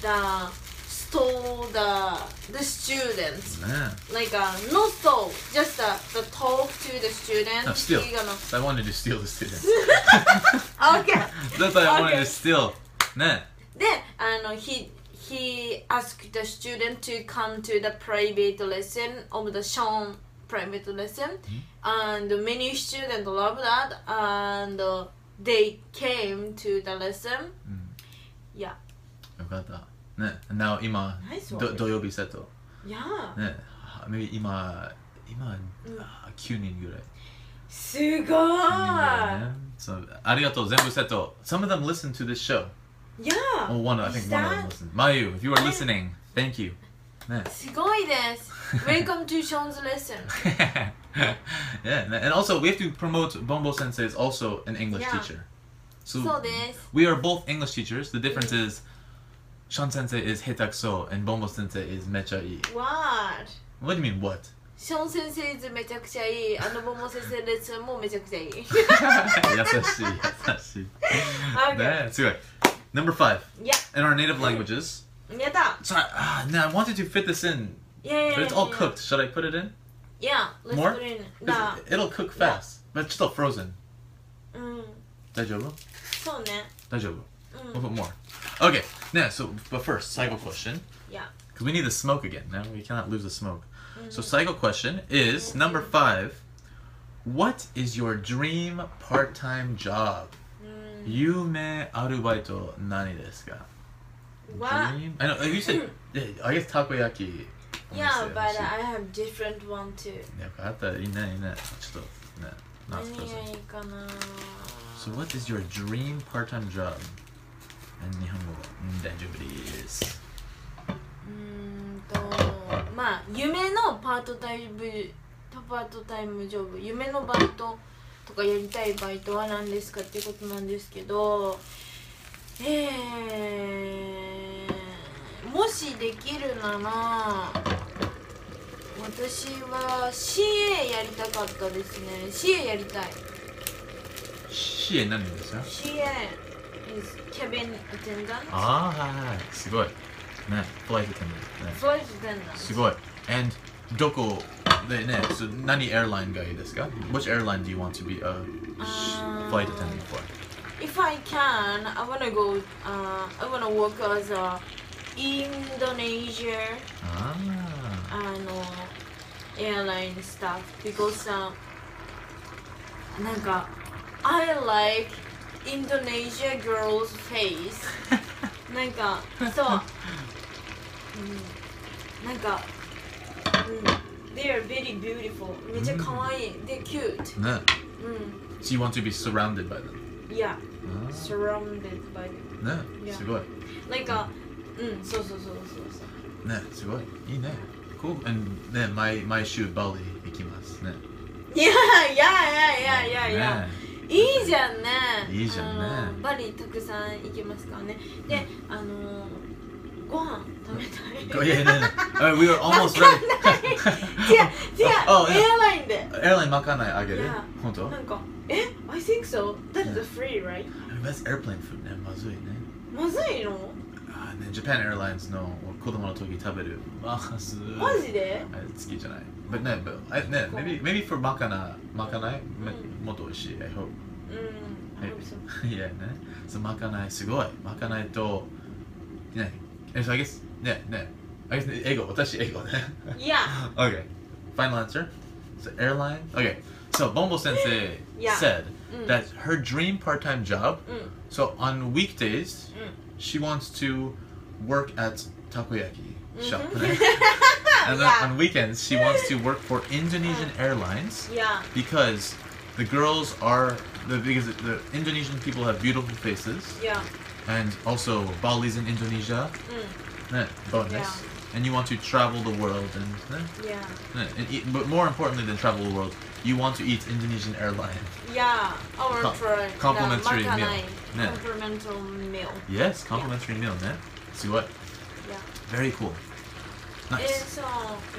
Speaker 1: the stole the the students,
Speaker 2: ね
Speaker 1: like uh, not stole, just uh, the talk to the students.
Speaker 2: No, steal.
Speaker 1: He gonna-
Speaker 2: I wanted to steal the students.
Speaker 1: okay.
Speaker 2: That's what I wanted
Speaker 1: Okay.
Speaker 2: to steal. ね
Speaker 1: であの he he asked the student to come to the private lesson of the Sean private lesson and many students love that and uh, they came to the lesson
Speaker 2: よかった。ね And now 今、
Speaker 1: 何それ
Speaker 2: ど土曜日セット。
Speaker 1: yeah
Speaker 2: ね maybe 今、今、
Speaker 1: うん
Speaker 2: あ9人ぐらい。
Speaker 1: すごい、
Speaker 2: 9人ぐらいね So, ありがとう、全部セット。Some of them listen to this show.
Speaker 1: yeah
Speaker 2: Oh, one, I think
Speaker 1: Is
Speaker 2: one of
Speaker 1: that-
Speaker 2: them listened. Mayu, if you are
Speaker 1: I-
Speaker 2: listening, thank you. ね
Speaker 1: すごいです Welcome to Sean's lesson
Speaker 2: yeah, and also we have to promote Bombo Sensei is also an English
Speaker 1: Yeah.
Speaker 2: teacher. So,
Speaker 1: そうです、
Speaker 2: we are both English teachers. The difference is Sean Sensei is hitakuso and Bombo Sensei is mechai.
Speaker 1: What?
Speaker 2: What do you mean what?
Speaker 1: ション先生めちゃくちゃいいあのボモ先生レッスンもめちゃくちゃいい
Speaker 2: Yasashi, yasashi.
Speaker 1: Okay.
Speaker 2: That's good. Number five.
Speaker 1: Yeah.
Speaker 2: In our native languages.
Speaker 1: やった
Speaker 2: So I, ah, now I wanted to fit this in,
Speaker 1: Yeah, yeah,
Speaker 2: but it's
Speaker 1: yeah,
Speaker 2: all
Speaker 1: yeah.
Speaker 2: cooked. Should I put it in?
Speaker 1: Yeah, let's
Speaker 2: More?
Speaker 1: put in.
Speaker 2: It's-
Speaker 1: Nah.
Speaker 2: It'll cook fast, but it's still frozen.
Speaker 1: うん
Speaker 2: 大丈夫
Speaker 1: そうね
Speaker 2: 大丈夫
Speaker 1: う
Speaker 2: A
Speaker 1: ん
Speaker 2: little bit more. Okay, now, so, but first, cycle question.
Speaker 1: いや
Speaker 2: Because we need the smoke again. Now we cannot lose the smoke.
Speaker 1: Mm.
Speaker 2: So, cycle question is number five. What is your dream part time job?
Speaker 1: うん
Speaker 2: Yume arubaito nani desu ka?
Speaker 1: は
Speaker 2: Dream? I know, you said, yeah, I guess takoyaki.
Speaker 1: Yeah, but I have different one too. 何が
Speaker 2: よかった、いいね、いいね。ちょっと、ね、懐かしい。
Speaker 1: いいかな
Speaker 2: So what is your dream part-time job? 日本語は大丈夫です。
Speaker 1: うーんと、まあ、夢のパートタイム、パートタイムジョブ、夢のバイトとかやりたいバイトは何ですかっていうことなんですけど、えー、もしできるなら、私は CA やりたかったですね。CA やりたい。
Speaker 2: 支援何ですか
Speaker 1: CA is cabin attendant.
Speaker 2: Ah, ああ、はいはい。すごい。ね、フライト attendant。ね、すごい。
Speaker 1: そうで
Speaker 2: And
Speaker 1: すね。
Speaker 2: どこでね、so、何 airline がいいですか ?Which airline do you want to be a sh- flight attendant for?
Speaker 1: If I can, I wanna go. Uh, I wanna work as a Indonesia
Speaker 2: ああ。
Speaker 1: and uh, airline staff because uh, なんか I like Indonesia girl's face なんかそう、mm, うん、なんか、うん、they mm, are very beautiful めっちゃ可愛い、they're cute う
Speaker 2: ね。So you want to be surrounded by them? Ah.
Speaker 1: ん yeah
Speaker 2: ああ。
Speaker 1: surrounded by them
Speaker 2: ね、
Speaker 1: Yeah.
Speaker 2: すごい。
Speaker 1: なんかうんそうそうそうそうそう
Speaker 2: ね、すごい。いいね。Cool. And ね、毎毎週バリ行きますね。
Speaker 1: いやいやいやいやいやいや、いいじゃんね
Speaker 2: いいじゃんね
Speaker 1: あのバリたくさん行けますからねであのご飯食べ
Speaker 2: Go
Speaker 1: たい
Speaker 2: ahead. and- All right, we were almost ready.
Speaker 1: 違う違う
Speaker 2: Oh, yeah.
Speaker 1: エアラインで
Speaker 2: Airline まかないあげる
Speaker 1: Yeah.
Speaker 2: 本当
Speaker 1: なんかえ I think so that is a free right
Speaker 2: That's airplane food ね。まずいね。
Speaker 1: まずいの
Speaker 2: あね、Japan Airlines の子供の時食べる。まずい。
Speaker 1: マジで
Speaker 2: 好きじゃない。But ね、but, I, ね、maybe, maybe for まかない、まかない、め-
Speaker 1: うん。
Speaker 2: もっと美味しい。I hope.
Speaker 1: うん
Speaker 2: はい
Speaker 1: I hope so.
Speaker 2: yeah, ね。So まかない、すごい。まかないと、ね。And so I guess, ね、ね。I guess 英語、私英語ね。
Speaker 1: Yeah
Speaker 2: Okay, final answer. So airline. Okay, so Bombo Sensei
Speaker 1: Yeah. Mm.
Speaker 2: said
Speaker 1: うん
Speaker 2: that her dream part-time job.
Speaker 1: うん
Speaker 2: So on weekdays,
Speaker 1: うん
Speaker 2: she wants to work at takoyaki shop.
Speaker 1: Mhm.
Speaker 2: and then
Speaker 1: Yeah.
Speaker 2: on weekends, she wants to work for Indonesian Airlines
Speaker 1: Yeah
Speaker 2: because the girls are the because the Indonesian people have beautiful faces
Speaker 1: Yeah
Speaker 2: and also Bali's in Indonesia. ね, bonus.
Speaker 1: Yeah.
Speaker 2: And you want to travel the world and. eh, ね,
Speaker 1: うん Yeah
Speaker 2: yeah, and eat, but more importantly than travel the world, you want to eat Indonesian airline.
Speaker 1: Yeah our
Speaker 2: Com-
Speaker 1: for the
Speaker 2: complimentary meal.
Speaker 1: 賄い
Speaker 2: Yeah.
Speaker 1: complimentary meal
Speaker 2: Yes, complimentary meal, man. See what?
Speaker 1: Yeah
Speaker 2: Very cool.
Speaker 1: And
Speaker 2: Nice.
Speaker 1: so,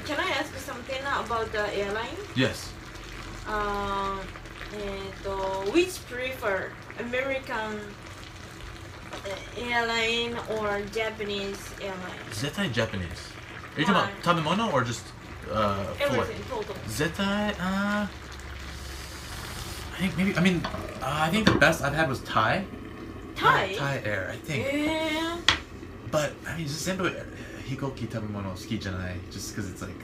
Speaker 1: can I ask you something about the airline?
Speaker 2: yes.
Speaker 1: Uh, えっと、which prefer American uh, airline or Japanese airline?
Speaker 2: Zetai Japanese. Are you talking about tabemono or just uh, food?
Speaker 1: Everything total.
Speaker 2: Zetai. Uh, I think maybe. I mean, uh, I think the best I've had was Thai.
Speaker 1: Thai?
Speaker 2: Thai Air, I think.
Speaker 1: え
Speaker 2: But I mean, just simply hikoki tabemono ski janai, just because it's like,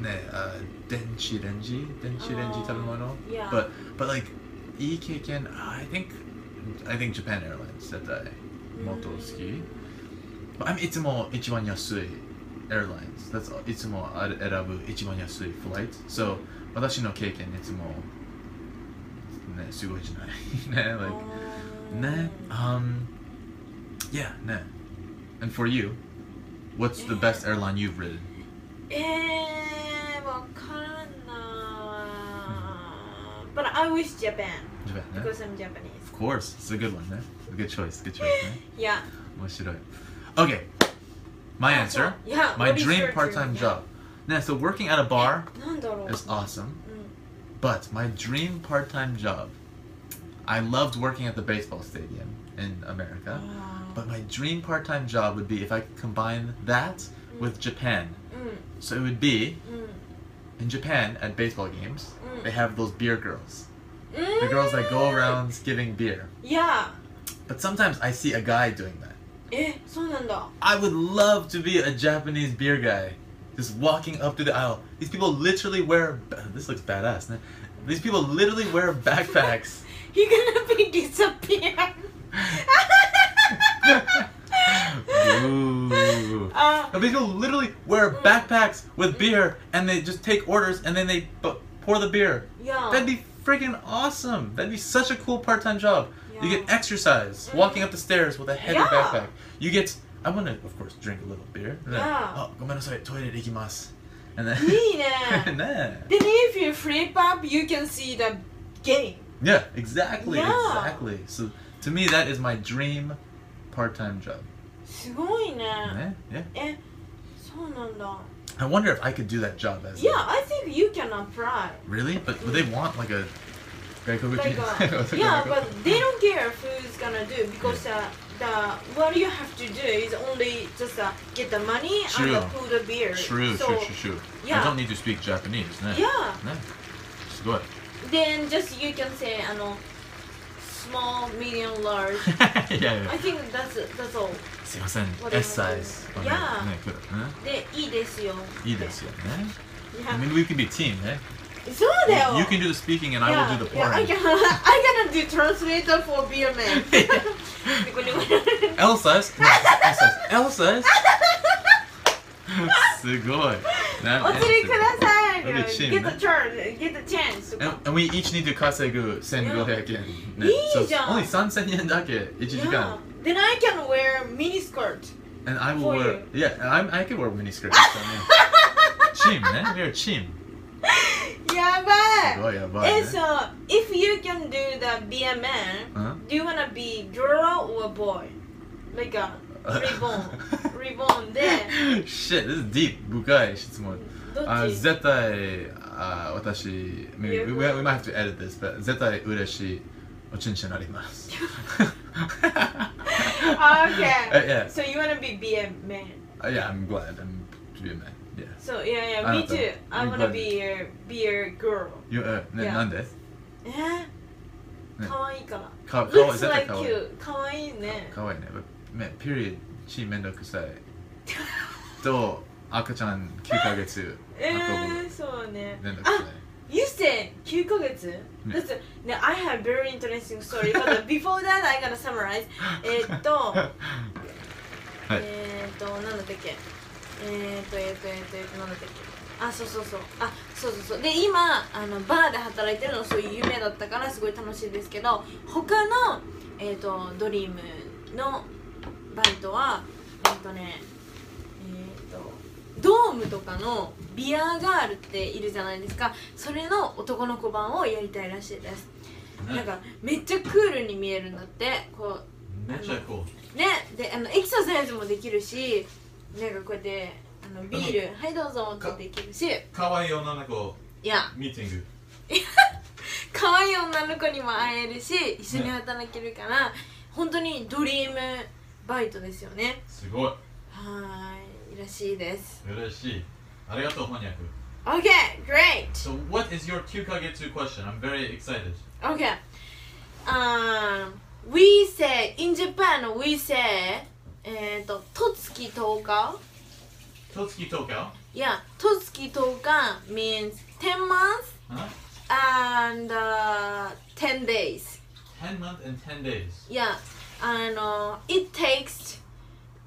Speaker 2: ne, uh, denshi renji, denshi renji
Speaker 1: Oh,
Speaker 2: tabemono.
Speaker 1: yeah.
Speaker 2: But but like, e keiken, I think, I think Japan Airlines that I moto
Speaker 1: Mm.
Speaker 2: ski. But I mean, it's more ichiban yasui airlines. That's all. It's more erabu ichiban yasui flight. So, watashi no keiken, it's more. Ne, sugoi janai. ne,
Speaker 1: ー
Speaker 2: like. Nah,
Speaker 1: uh,
Speaker 2: um, yeah, nah. And for you, what's the best airline you've ridden?
Speaker 1: えー、わからんなー But I wish Japan
Speaker 2: Japan, nah?
Speaker 1: because I'm Japanese.
Speaker 2: Of course, it's a good one, nah? A good choice, good choice, nah?
Speaker 1: Yeah.
Speaker 2: What should I? Okay, my answer.
Speaker 1: Yeah.
Speaker 2: My
Speaker 1: what is your
Speaker 2: dream part-time
Speaker 1: dream?
Speaker 2: job. Nah, so working at a bar
Speaker 1: なんだろう。
Speaker 2: is awesome,
Speaker 1: うん
Speaker 2: but my dream part-time job. I loved working at the baseball stadium in America, but my dream part-time job would be if I could combine that with Japan.
Speaker 1: う
Speaker 2: So it would be
Speaker 1: んうん
Speaker 2: in Japan at baseball games,
Speaker 1: Mm. Mm.
Speaker 2: they have those beer girls. The girls that go around giving beer.
Speaker 1: いや
Speaker 2: But sometimes I see a guy doing that.
Speaker 1: えそうなんだ
Speaker 2: I would love to be a Japanese beer guy, just walking up to the aisle. These people literally wear. This looks badass. man. These people literally wear backpacks.
Speaker 1: He gonna be disappeared
Speaker 2: Ooh.
Speaker 1: あ
Speaker 2: Now, These people literally wear backpacks with beer and they just take orders and then they bu- pour the beer.
Speaker 1: いや
Speaker 2: That'd be freaking awesome. That'd be such a cool part-time job. You
Speaker 1: Yeah.
Speaker 2: get exercise walking up the stairs with a heavy
Speaker 1: Yeah.
Speaker 2: backpack. You get I want to of course drink a little beer. And then,
Speaker 1: Yeah.
Speaker 2: Oh, gomenasai, toilet ikimasu. And then
Speaker 1: いい ね
Speaker 2: Nah.
Speaker 1: eh? Then if you flip up you can see the game
Speaker 2: Yeah, exactly.
Speaker 1: Yeah.
Speaker 2: Exactly. So to me that is my dream part-time job.
Speaker 1: すごいね
Speaker 2: Yeah. yeah.
Speaker 1: えそうなんだ
Speaker 2: I wonder if I could do that job as
Speaker 1: Yeah I think you can apply
Speaker 2: Really? But would they want like a Greco
Speaker 1: like uh, yeah but they don't care who's gonna do because uh, the what you have to do is only just uh, get the money
Speaker 2: True.
Speaker 1: and uh, pull the beer
Speaker 2: True,
Speaker 1: so
Speaker 2: true, true, true. I
Speaker 1: Yeah.
Speaker 2: don't need to speak Japanese, yeah.
Speaker 1: yeah
Speaker 2: Yeah. Just go
Speaker 1: then just you can say あの small medium large
Speaker 2: ahead. yeah, yeah.
Speaker 1: I think that's that's all
Speaker 2: すいません、
Speaker 1: Whatever.
Speaker 2: S size Oh, まで
Speaker 1: Yeah.
Speaker 2: ね、来るね。
Speaker 1: でいいですよ
Speaker 2: いいですよね。
Speaker 1: いや
Speaker 2: I mean, we could be a team ね。
Speaker 1: そうだよ
Speaker 2: You can do the speaking and I will do the
Speaker 1: Yeah, I
Speaker 2: pouring.
Speaker 1: gotta, I gotta do translator for beer man.
Speaker 2: L size? No, S size. L size? すごい。
Speaker 1: お釣りください。
Speaker 2: なんかチー
Speaker 1: Get
Speaker 2: ムね
Speaker 1: the turn, get the chance. とか
Speaker 2: And and we each need to 稼ぐ1500円。ね
Speaker 1: いいじゃん
Speaker 2: So, only 3000円だけ、1時間。
Speaker 1: Yeah. Then I can wear mini skirt.
Speaker 2: And I will
Speaker 1: For
Speaker 2: wear.
Speaker 1: you.
Speaker 2: Yeah, and I'm, I can wear mini skirts. I mean, Team, man. We are Oh, a team.
Speaker 1: や
Speaker 2: す
Speaker 1: ばい。
Speaker 2: ごいやばい、
Speaker 1: え、
Speaker 2: ね。
Speaker 1: so uh, if you can do the be a man,
Speaker 2: うん
Speaker 1: do you wanna be girl or boy? Like a reborn, reborn で
Speaker 2: Shit, this is deep. 深い質問。
Speaker 1: ど
Speaker 2: あ
Speaker 1: っち？
Speaker 2: 絶対あ私 uh, maybe we, we we might have to edit this, but 絶対嬉しいおちんちんになります。
Speaker 1: Okay.
Speaker 2: Uh, yeah.
Speaker 1: So you wanna be be a man?
Speaker 2: Uh, yeah, I'm glad I'm to be a man. Yeah.
Speaker 1: So yeah, yeah,
Speaker 2: あな
Speaker 1: me
Speaker 2: た
Speaker 1: too. I
Speaker 2: You
Speaker 1: wanna
Speaker 2: got it.
Speaker 1: be a be a girl.
Speaker 2: You, uh, ね、
Speaker 1: Yeah.
Speaker 2: なんで
Speaker 1: え
Speaker 2: ね
Speaker 1: ー、かわいいから。
Speaker 2: かかわいい
Speaker 1: Looks
Speaker 2: 絶対
Speaker 1: like
Speaker 2: かわいい。
Speaker 1: you. かわいいね。
Speaker 2: かわいいね。But, ね、period ちめんどくさい。 と赤ちゃん9ヶ月
Speaker 1: え
Speaker 2: 運
Speaker 1: ー、そうね
Speaker 2: ぶめんど。くさ
Speaker 1: あ、you said 9ヶ月 That's a- ね、I have very interesting story, but before that I gotta summarize. えーっと、
Speaker 2: はい
Speaker 1: えーっと、なんだったっけえーっと、えーっと、えーっと、えーっと、なんだったっけあ、そうそうそう。あ、そうそうそう。で、今、あのバーで働いてるの、そういう夢だったから、すごい楽しいですけど、他の、えーっと、ドリームのバイトは、えーっとね、えーっと、ドームとかのビアガールっているじゃないですかそれの男の子版をやりたいらしいです
Speaker 2: い。
Speaker 1: なんかめっちゃクールに見えるんだってこ
Speaker 2: めっちゃこ
Speaker 1: うねであのエクササイズもできるしなんかこうやってあのビールはいどうぞってできるし
Speaker 2: う。かわいい女の子
Speaker 1: いや
Speaker 2: ミーティング。
Speaker 1: 可愛い女の子にも会えるし一緒に働けるから、本当にドリームバイトですよね
Speaker 2: すごい。
Speaker 1: はーいらしいです
Speaker 2: 嬉しい。ありがとう、翻訳。
Speaker 1: OK great
Speaker 2: So, what is your 9ヶ月 question? I'm very excited.
Speaker 1: Okay. Um, we say in Japan we eh, say えっ、ー、と、とつき10日
Speaker 2: Totsuki Toka.
Speaker 1: Yeah, とつき10日 means 10 months
Speaker 2: Huh?
Speaker 1: and、uh, 10 days.
Speaker 2: 10 months and 10 days.
Speaker 1: Yeah, あの、it takes、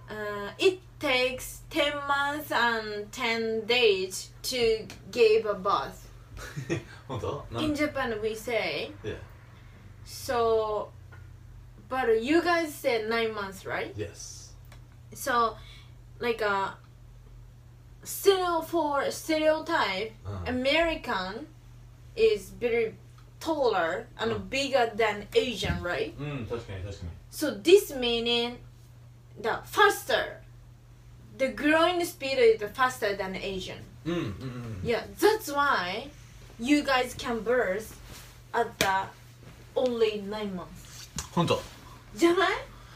Speaker 1: uh, it takes 10 months and 10 days to give a birth.
Speaker 2: 本当
Speaker 1: In Japan we say
Speaker 2: Yeah.
Speaker 1: so, but you guys said 9 months, right?
Speaker 2: Yes.
Speaker 1: so like a stereo for stereotype american is very taller and
Speaker 2: Mm.
Speaker 1: bigger than asian right
Speaker 2: うん、確かに確かに。
Speaker 1: so this meaning the faster the growing speed is faster than asian
Speaker 2: うん、うん、うん。
Speaker 1: yeah that's why you guys can birth at the only nine months
Speaker 2: 本当ね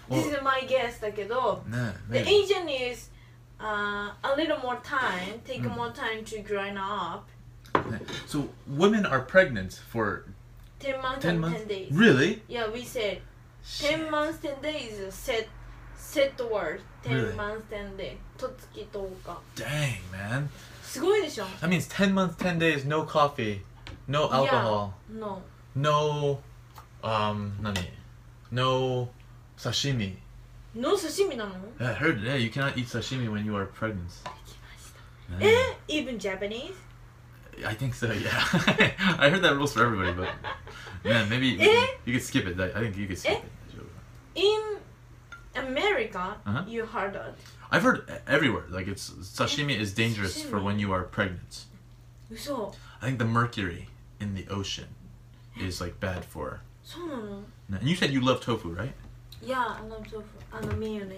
Speaker 1: this is my guess だけど、The
Speaker 2: え。
Speaker 1: Asian is uh, a little more time, take
Speaker 2: Mm.
Speaker 1: more time to grind up.
Speaker 2: So, women are pregnant for
Speaker 1: 10 months
Speaker 2: Ten
Speaker 1: and
Speaker 2: months.
Speaker 1: 10 days.
Speaker 2: Really?
Speaker 1: Yeah, we said 10 months 10 days is a set set word. 10
Speaker 2: Really?
Speaker 1: months 10 days. とつき10日。
Speaker 2: Dang, man.
Speaker 1: すごいでしょ
Speaker 2: That means 10 months, 10 days, no coffee, no alcohol,
Speaker 1: No.
Speaker 2: no, um, 何? No sashimi.
Speaker 1: の刺身なの
Speaker 2: Yeah, I heard today you cannot eat sashimi when you are pregnant.
Speaker 1: え
Speaker 2: Yeah.
Speaker 1: Eh, ?Even Japanese?
Speaker 2: I think so, yeah. I heard that rules for everybody, but man, maybe you,
Speaker 1: Eh?
Speaker 2: you could skip it. Like, I think you could skip
Speaker 1: Eh?
Speaker 2: it.
Speaker 1: In America,
Speaker 2: Uh-huh.
Speaker 1: you heard that.
Speaker 2: I've heard e-, everywhere, like it's sashimi is dangerous for when you are pregnant.
Speaker 1: 嘘。
Speaker 2: I think the mercury in the ocean is like bad for.
Speaker 1: そうなの
Speaker 2: And you said you love tofu, right?
Speaker 1: いや、あの、そうあの、みゆね。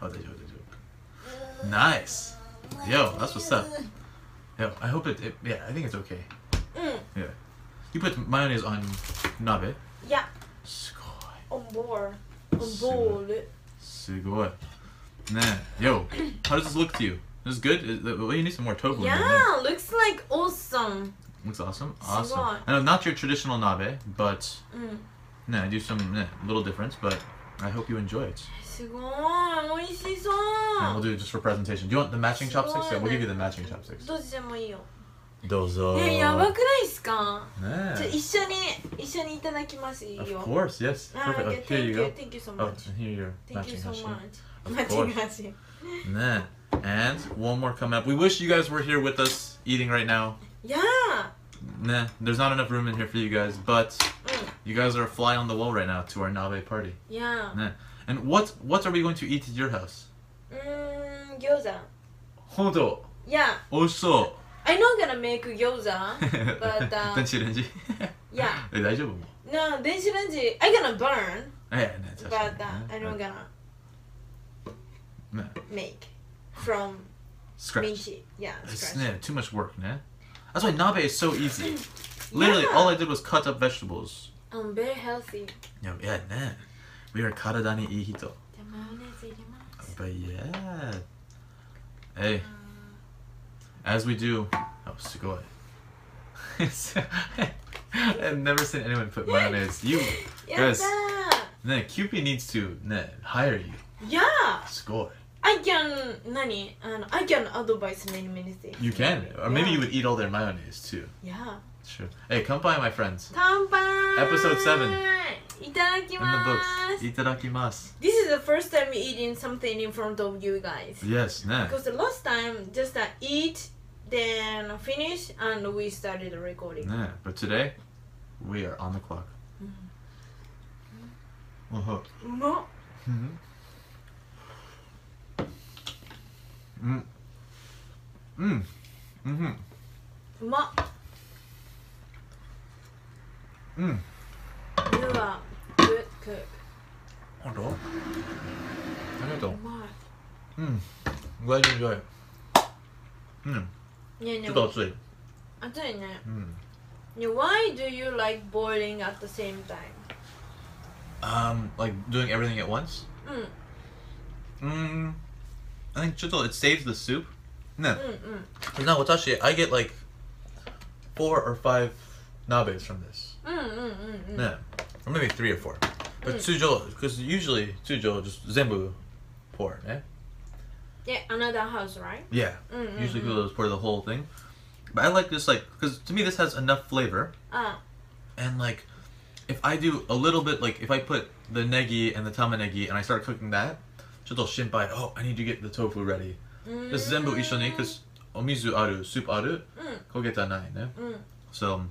Speaker 2: Oh, they do, they do. Nice. Yo, that's what's up. Yo, I hope it, it. Yeah, I think it's okay.
Speaker 1: う
Speaker 2: You put mayonnaise on nabe.
Speaker 1: ん。いや、
Speaker 2: Sugoi.
Speaker 1: オンボール。オンボール。
Speaker 2: Sugoi. Man, yo, how does this look to you? This is good. Is- Well, you need some more tofu. in there, man.
Speaker 1: Yeah, looks like awesome.
Speaker 2: Looks awesome. Awesome.
Speaker 1: Sugoi.
Speaker 2: I know not your traditional nabe, but
Speaker 1: うん。
Speaker 2: nah, I do some nah, little difference. But I hope you enjoy it.
Speaker 1: すごい、美味しそう。
Speaker 2: And we'll do it just for presentation. Do you want the matching chopsticks? Yeah, we'll give you the matching chopsticks.
Speaker 1: どっちでもいいよ。
Speaker 2: Dozo.
Speaker 1: え、やばくないっすか。
Speaker 2: Nah.
Speaker 1: ちょ一緒に、一緒にいただきます。いい
Speaker 2: Of
Speaker 1: よ。
Speaker 2: course, yes.
Speaker 1: あ
Speaker 2: Perfect.
Speaker 1: ー
Speaker 2: Oh,
Speaker 1: thank
Speaker 2: here you
Speaker 1: you,
Speaker 2: go.
Speaker 1: thank you so
Speaker 2: Oh,
Speaker 1: much.
Speaker 2: and here you're
Speaker 1: Thank you
Speaker 2: matching
Speaker 1: so
Speaker 2: Hashi.
Speaker 1: much.
Speaker 2: Of
Speaker 1: マッチン
Speaker 2: course.
Speaker 1: グ味。
Speaker 2: Nah. And one more coming up. We wish you guys were here with us eating right now.
Speaker 1: いや
Speaker 2: Nah, there's not enough room in here for you guys, but
Speaker 1: ー
Speaker 2: you guys are a fly on the wall right now to our nabe party.
Speaker 1: うん。いや
Speaker 2: Nah. And what what are we going to eat at your house?
Speaker 1: ー。うーん、餃子。
Speaker 2: Hondo.
Speaker 1: いや、
Speaker 2: Osho.
Speaker 1: I know gonna make 餃 子。But, uh,
Speaker 2: Tenshi
Speaker 1: いや。
Speaker 2: Eh, 大丈夫もう。
Speaker 1: No, 電子レンジ、I gonna burn,
Speaker 2: Eh,
Speaker 1: but、
Speaker 2: nah, 確かに。
Speaker 1: uh, I don't
Speaker 2: Nah,
Speaker 1: gonna
Speaker 2: nah.
Speaker 1: make from
Speaker 2: Scratch.
Speaker 1: minci. Yeah,
Speaker 2: It's
Speaker 1: scratch.
Speaker 2: nah, too much work, nah. That's why nabe is so easy. Literally, all I did was cut up vegetables.
Speaker 1: I'm very healthy.
Speaker 2: No, yeah, nah. We are karadani ihito.
Speaker 1: じゃあマヨネーズ入れます。
Speaker 2: But yeah. Hey, as we do. Oh, sugoi. I've never seen anyone put mayonnaise. You,
Speaker 1: やった
Speaker 2: nah, Cupid needs to nah, hire you.
Speaker 1: ー。Yeah,
Speaker 2: Score. I
Speaker 1: I can 何？あの I can advise many many things.
Speaker 2: You can. Or maybe
Speaker 1: Yeah.
Speaker 2: you would eat all their mayonnaise too.
Speaker 1: Yeah.
Speaker 2: Sure. Hey, come by, my friends.
Speaker 1: 乾杯。
Speaker 2: Episode seven.
Speaker 1: いただき
Speaker 2: In the
Speaker 1: ま
Speaker 2: books.
Speaker 1: す。
Speaker 2: Itadakimasu.
Speaker 1: This is the first time eating something in front of you guys.
Speaker 2: Yes, nah.
Speaker 1: Because the last time just uh, eat, then finish, and we started the recording.
Speaker 2: Yeah, but today we are on the clock. Uh-huh.
Speaker 1: うまっ。
Speaker 2: Mm-hmm. Mm. Mm. Mm-hmm.
Speaker 1: うまっ。
Speaker 2: Mm.
Speaker 1: You are good cook.
Speaker 2: Hello.
Speaker 1: うま
Speaker 2: Mm. I'm glad you enjoy it.
Speaker 1: い。ねえねえ。
Speaker 2: Mm.
Speaker 1: 熱いね。
Speaker 2: Mm.
Speaker 1: ねえ Why do you like boiling at the same time?
Speaker 2: Um, like doing everything at once?
Speaker 1: う
Speaker 2: Mm. I think chuttle, it saves the soup.
Speaker 1: んうんうん。
Speaker 2: No, watashi, I get like four or five nabes from this.
Speaker 1: うんうんうんうん。
Speaker 2: Yeah, or maybe three or four. But tsujo, because usually tsujo just zenbu pour, eh?
Speaker 1: Yeah, another house, right?
Speaker 2: Yeah.
Speaker 1: Mm, mm,
Speaker 2: Usually people just pour the whole thing. But I like this like because to me this has enough flavor
Speaker 1: Ah,
Speaker 2: and like if I do a little bit like if I put the negi and the tamanegi and I start cooking that, chuto shinpai. Oh, I need to get the tofu ready. This zenbu ishoni because omizu aru soup aru
Speaker 1: Mm.
Speaker 2: kogeta nai ne.
Speaker 1: Mm.
Speaker 2: So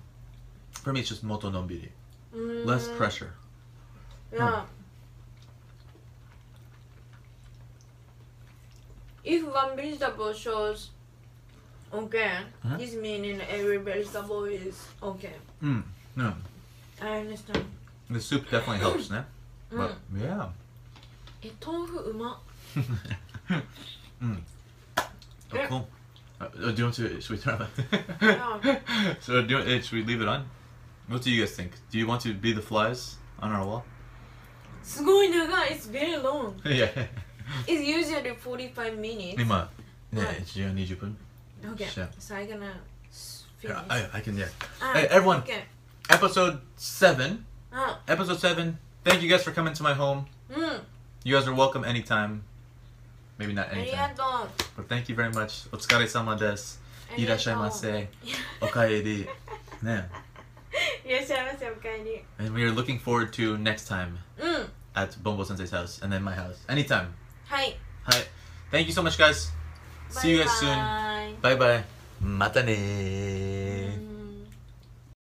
Speaker 2: for me it's just moto nonbiri,
Speaker 1: うーん。
Speaker 2: less
Speaker 1: mm.
Speaker 2: pressure. Hmm.
Speaker 1: Yeah. If one vegetable shows okay,
Speaker 2: Uh-huh.
Speaker 1: this meaning every vegetable is okay.
Speaker 2: Mm. No,
Speaker 1: I understand. Mm.
Speaker 2: the soup definitely helps, ne. But yeah.
Speaker 1: え、豆腐うまっ。
Speaker 2: Hmm. Oh,
Speaker 1: Yeah.
Speaker 2: cool. Uh, uh, do you want to? Should we turn it back?
Speaker 1: Yeah.
Speaker 2: so do you, uh, should we leave it on? What do you guys think? Do you want to be the flies on our wall?
Speaker 1: すごい長い。It's very long.
Speaker 2: yeah.
Speaker 1: It's usually 45 minutes.
Speaker 2: Nima. Yeah,
Speaker 1: Right.
Speaker 2: it's you need you put.
Speaker 1: Okay.
Speaker 2: Sure.
Speaker 1: So I'm gonna s- finish.
Speaker 2: Yeah, Oh, I, I can. Yeah.
Speaker 1: Ah,
Speaker 2: Hey, everyone.
Speaker 1: Okay. Ah,
Speaker 2: episode seven.
Speaker 1: う
Speaker 2: Episode seven. Thank you guys for coming to my home.
Speaker 1: んうん
Speaker 2: You guys are welcome anytime. Maybe not
Speaker 1: ありが
Speaker 2: anytime,
Speaker 1: とう
Speaker 2: but thank you very much. お疲れ様です。
Speaker 1: あり
Speaker 2: い
Speaker 1: がとう
Speaker 2: らっしゃい ませ。おかえり。ね。
Speaker 1: いらっしゃいませおかえり
Speaker 2: And we are looking forward to next time
Speaker 1: うん
Speaker 2: at Bombo Sensei's house and then my house. Anytime.
Speaker 1: はい
Speaker 2: Hi. Thank you so much, guys. See you guys soon.
Speaker 1: バイバイ
Speaker 2: Bye bye. またねー。Eh.
Speaker 1: Mm.